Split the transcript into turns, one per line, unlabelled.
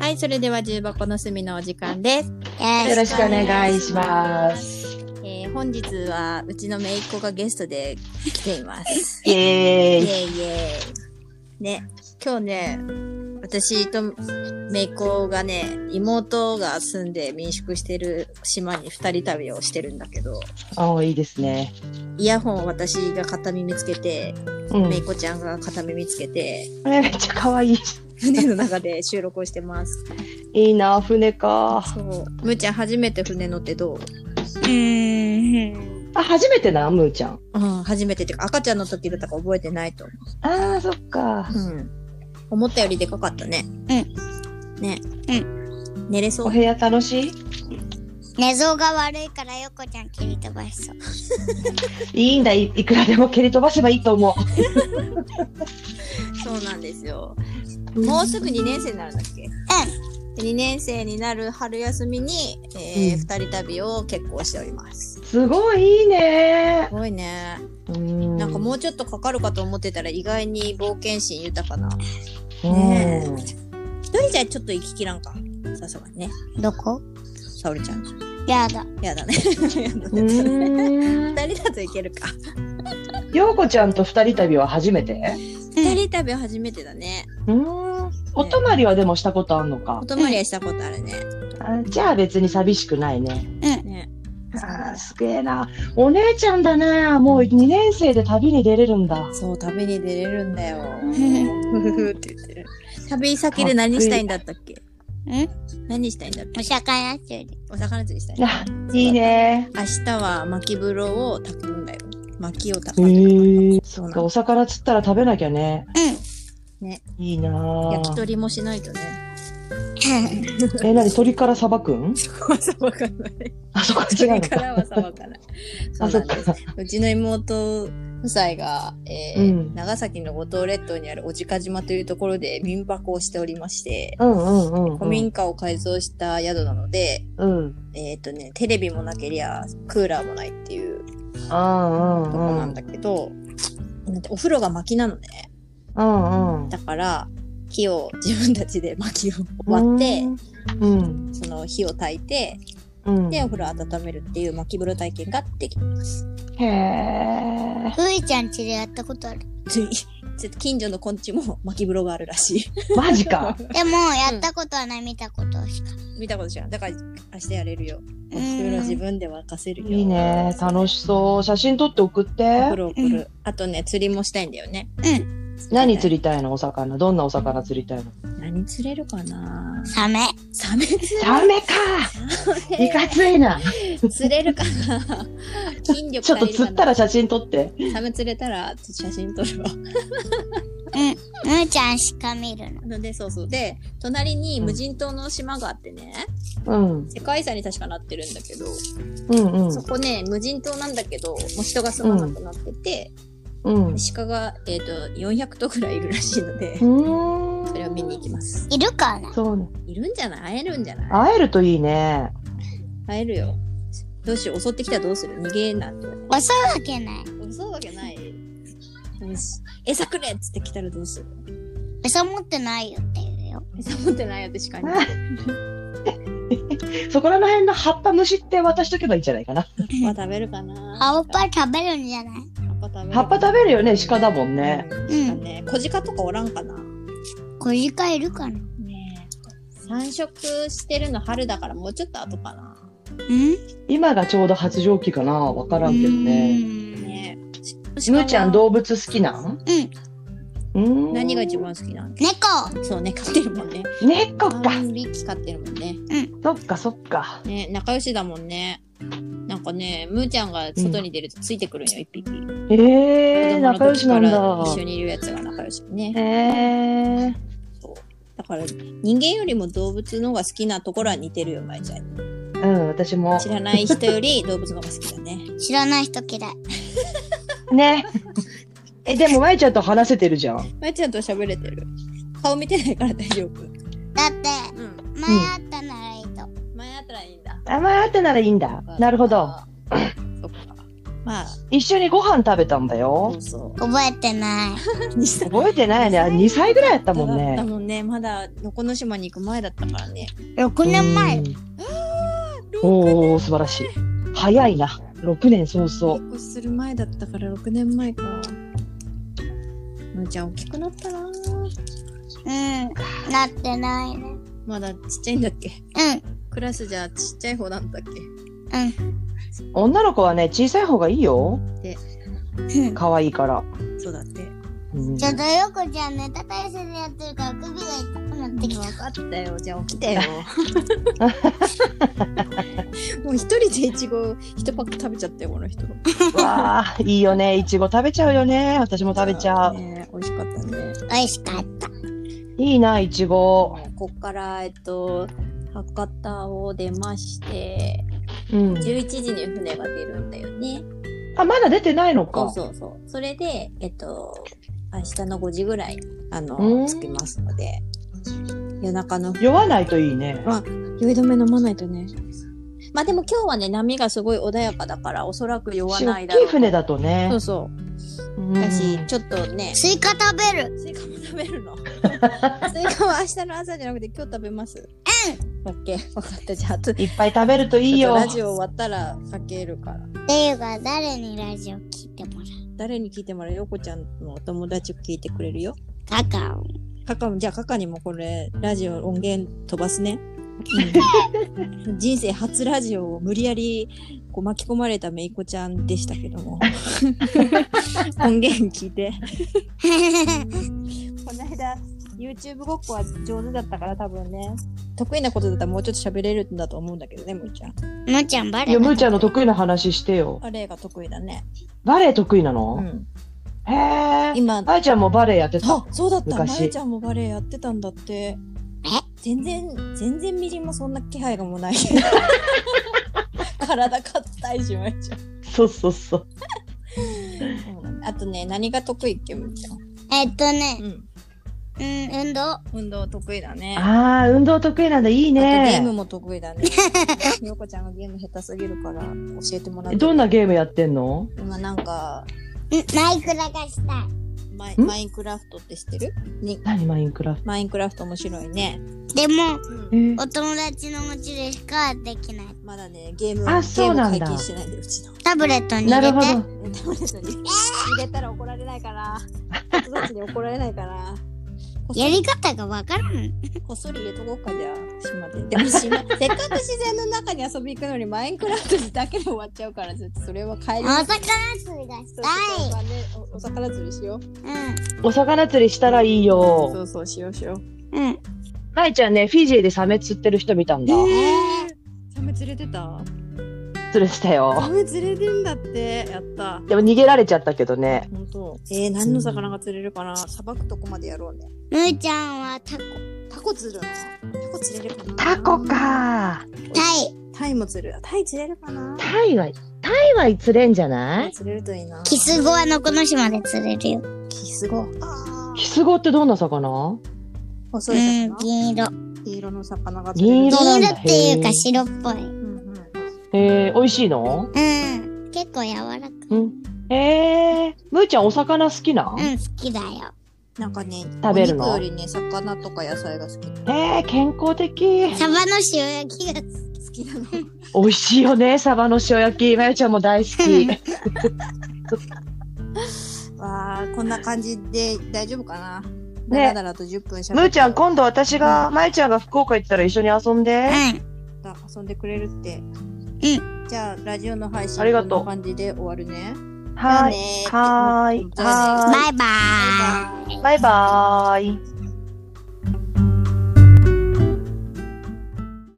はい、それでは重箱の隅のお時間です。
よろしくお願いします。
えー本日はうちの姪っ子がゲストで来ています。
イエ
イエ
ーイ。
イイエイ。ね、今日ね、私と姪っ子がね、妹が住んで民宿してる島に二人旅をしてるんだけど、
ああ、いいですね。
イヤホンを私が片耳つけて、
うん。
姪っ子ちゃんが片耳つけて、
えめっちゃ可愛い。
船の中で収録をしてます。
いいな、船か。
そう。むーちゃん初めて船乗ってどう
うん。
あ、初めてな、むーちゃん。
うん、初めてっていうか、赤ちゃんの時だったから覚えてないと思
ああ、そっか。
う。うん。思ったよりでかかったね。うん。ね。うん。寝れそ
お
う
部。屋楽しい
寝相が悪いからヨコちゃん切り飛ばしそう。
いいんだい、いくらでも蹴り飛ばせばいいと思
そうなんですよ。
う。
もうすぐ2年生になるんだっけうん。2年生になる春休みに、えー
うん
二人旅を結構しております。
すごいいいね
す。ごいね。
うん
なんかもうちょっとかかるかと思ってたら意外に冒険心豊かな。
う
ね
ん
一人じゃちょっと行ききらんか。さすがにね。
どこ
沙織ちゃん。
やだ。
やだね。やだ
う
ね 二
ん。
人だといけるか。
ようこちゃんと二人旅は初めて
二人旅初めてだね。
うん。お泊まりはでもしたことあんのか
お。泊まりはしたことあるね。
あじゃあ別に寂しくないね。
ね
あーすげえな。お姉ちゃんだね。もう2年生で旅に出れるんだ。
そう、旅に出れるんだよ。ふふ
う
ふって言ってる。 旅先で何したいんだったっけ
ん
何したいんだっけ
お魚釣り。
お魚釣りしたい。
あいいね。
明日は巻き風呂を炊くんだよ。巻きを炊
へえ
く。
ー。
そうなの。
お魚釣ったら食べなきゃね。
ね。
いいなぁ
焼き鳥もしないとね。
え、なに鳥からさばくん
そこはさばかない。
あ、そこは違
それ
うの
か
か。
らはさばかない。そ
あ、
う
そ
な
っ
ん
か
で。す。うちの妹夫妻が、えー
うん
長崎の五島列島にある小値賀島というところで民泊をしておりまして、
うんうんうん
古民家を改造した宿なので、
うん。うん。
えっ、とね、テレビもなけりゃクーラーもないっていう
あ
とこ
あ、
なんだけど、なんてお風呂が薪なのね。
うんうん。
だから、火を自分たちで薪を割って、
うん。
その火を焚いて、
うん。
で、お風呂温めるっていう薪風呂体験ができます。
へえ。
ふいちゃん釣りやったことある。
つい ちょっと近所の昆虫も薪風呂があるらしい。
マジか。
でも、やったことはない、見たことしか。
見たこと知らん。だから明日やれるよ。
う
お風呂自
ん。
分で沸かせるよ。
いいね。楽しそう。写真撮って送っ
お
て
風。呂送る。あとね、釣りもしたいんだよね。
何釣りたいのお魚。どんなお魚釣りたいの
何釣れるかな
サメ。
サメ釣
サメかいかつい な。
釣れるかな筋力
ちょっと
足り
釣っ
る
た
からな
写真撮って。
サメ釣れたら写真撮るわ。
むーちゃんしか見るの。
で、そうそう。で、隣に無人島の島があってね、
うん。
世界遺産に確かなってるんだけど、
うんうん
そ。こね、無人島なんだけど、もう人が住まなくなってて、
うん。う
鹿が、えっ、と、400頭くらいいるらしいので、
ーん。
それを見に行きます。
いるかな
そうね。
いるんじゃない会えるんじゃない
会えるといいね。
会えるよ。どうしよう、襲ってきたらどうする逃げなんて。
襲うわけない。
襲うわけない。よし。餌くれっつって来たらどうする
餌持ってないよって言うよ。
餌持ってないよ、 確かに。
そこらの辺の葉っぱ虫って渡しとけばいいんじゃないかな。
葉っぱ食べるかな
青っぱい食べるんじゃない
葉っぱ食べる
葉っぱ食べるよね、鹿だもんね。。
うん。鹿ね、小鹿とかおらんかな
小鹿いるかな
ねえ繁殖してるの春だからもうちょっと後かな。
うん
今がちょうど発情期かな。わからんけどね。
ねえ。
むーちゃん
う
動物好きなんうーん。
何が一番好きなの
猫
そうね、飼ってるもんね。
猫か。
3匹飼ってるもんね。
そっかそっか。
ね仲良しだもんね。なんかね、むーちゃんが外に出るとついてくるんよ、一匹。
ええ、仲良しなん
子供の
だ
時から。一緒にいるやつが仲良しね。
ええ。
そうだから人間よりも動物の方が好きなところは似てるよ、まいちゃん。
うん、私も
知。らない人より動物の方が好きだね。
知らない人嫌い。
ね。 え、でも、まゆちゃんと話せてるじゃん。
まいちゃんと喋れてる。顔見てないから大丈夫。う
だって、
ん。
前あったならいいと。
前あったらいいんだ。
あまあ、あってならいいんだ。なるほど。
そっか。まあ、
一緒にご飯食べたんだ
そ
よ
う。そ。
覚え てないう
2歳
覚えてないね。あ2歳ぐらいやったもん
だっ
ね。
たもんね。まだ、のこの島に行く前だったからね。
6年前
うんおお素晴らしい。早いな。6年早々。
結婚する前だったから6年前か。のんちゃん大きくなったな。
うんなってないね
まだちっちゃいんだっけ
うん
クラスじゃちっちゃい方なんだっけ
女の子はね、小さい方がいいよ。
うん
可愛いから。
そうだって。
うん
ちょっとよこちゃんネタ体制でやってるから首が痛くなってきた
分かったよ。じゃあ起きてよ。 もう一人でイチゴ一パック食べちゃったよ、この人。
わあ、いいよね。いちご食べちゃうよね。私も食べちゃう。
ね美味しかったね。
美味しかった
いいな、いちご。
こっから、えっと、博多を出まして、
うん。
11時に船が出るんだよね。
あ、まだ出てないの
そう
か。
そうそう。それで、えっと、明日の5時ぐらいに、あ
う
の、
ん
着きますので、夜中の
酔わないといいね。
酔い止め飲まないとね。まあでも今日はね、波がすごい穏やかだから、おそらく酔わない
大
だろ。
きいう船だとね
そう。そう。
うん
だし、ちょっとね、
スイカ食べる
スイカも食べる の。スイカは明日の朝じゃなくて今日食べます。うん。オッケー。わかった。じゃあ、あと、
いっぱい食べるといい
ちょ
よ
っと。ラジオ終わったらかけるから。
っていうか誰にラジオ聞いても
誰に聞いてもらうよこちゃんのお友達聞いてくれるよ。
らうカ カオ
カカも、じゃあカカにもこれ、ラジオ音源飛ばすね。 人生初ラジオを無理やりこう巻き込まれためいこちゃんでしたけど も。 音源聞いて。この間、YouTube ごっこは上手だったから多分ね。得意なことだったらもうちょっと喋れるんだと思うんだけどね、むーちゃん。
むーちゃんバ
い
レ
や、む
た
ーちゃんの得意な話してよ。
バレエが得意だね。
バレエ得意な
う
の、
ん。
へえ。
今、
あいちゃんもバレエやってた
あ。そうだった。ま
昔
ゆちゃんもバレエやってたんだって。全然、全然みりんもそんな気配がもう ない。体硬いし、まゆちゃん
そうそうそう。
そうなんだ。あとね、何が得意っけ、むーちゃん。
えっとね
うん。
うん運動
運動得意だね。あ
ああ、運動得意なんだ。いい
とゲーム
ね。
も得意だ ね。よこちゃんがゲーム下手すぎるから教えてもらって。
どんなゲームやってんの
今なんか、
うんマイクラがしたい
マイ
ん
マインクラフトって知ってるに
何マインクラフ
マインクラフト面白いね。
でも
ト。えー
お友達の持ちでしかできない
まだね、ゲーム
あ
ゲ
そ
ー
う
ム
なん
解
だ
禁してないんで、うちの。
タブレットに
な
入れ
るほ
て
ど。
ダメですよね入れたら怒られないから、人たちに怒られないから、こっそ
や
り
り方がわからん
こっそり入れとこうかじゃあ、島で。でも島、 せっかく自然の中に遊び行くのに、マインクラフトだけで終わっちゃうから、ちょっとそれは帰り
お
ま
魚
す。
釣りがし
そ
た
うそう
い
そうねおお魚釣りしよう。
お魚釣りしたらいい
そ
よ。
うそう、しようしよう。
うんうん
あいちゃんね、フィジーでサメ釣ってる人見たんだ。
えー、サメ釣れてた
釣れてたよ。
メ釣れてんだって。やった。
でも逃げられちゃったけどね。
本当。えー、何の魚が釣れるかなさばくとこまでやろうね。
むーちゃんはタコ
タコ釣るのタコ釣れるかな
タコ。か
タイ
タイも釣る。タイ釣れるかな
タイは、タイは釣れんじゃな
イ釣れるといいな。
キスゴはのこの島で釣れるよ
キスゴ。
キスゴってどんな魚
細
う
い
ん
魚。
銀色
黄色の魚が釣れる。
銀色な
銀
ん
色
だ。
っていうか
へ
白っぽい
うんうん
えー、美味しいの
うん結構柔らかい
うん。えー、むーちゃんお魚好きな、
うんん好きだよ
なんかね、
食べるの
お肉よりね、魚とか野菜が好き。
えー、健康的。
サバの塩焼きが
好きなの。
美味しいよね、サバの塩焼き。まゆちゃんも大好き。
わあ、こんな感じで大丈夫かな。だ
ね
らだらと10分しゃ
むーちゃん、
こ
今度私が、まゆちゃんが福岡行ったら一緒に遊んで。
うん
遊んでくれるって。
う
じゃあ、ラジオの配信
ありがとう
こんな感じで終わるね。
はーい。
じゃあね
はーい。
じゃあね
は
バイバーイ
ーい。バイバーイ。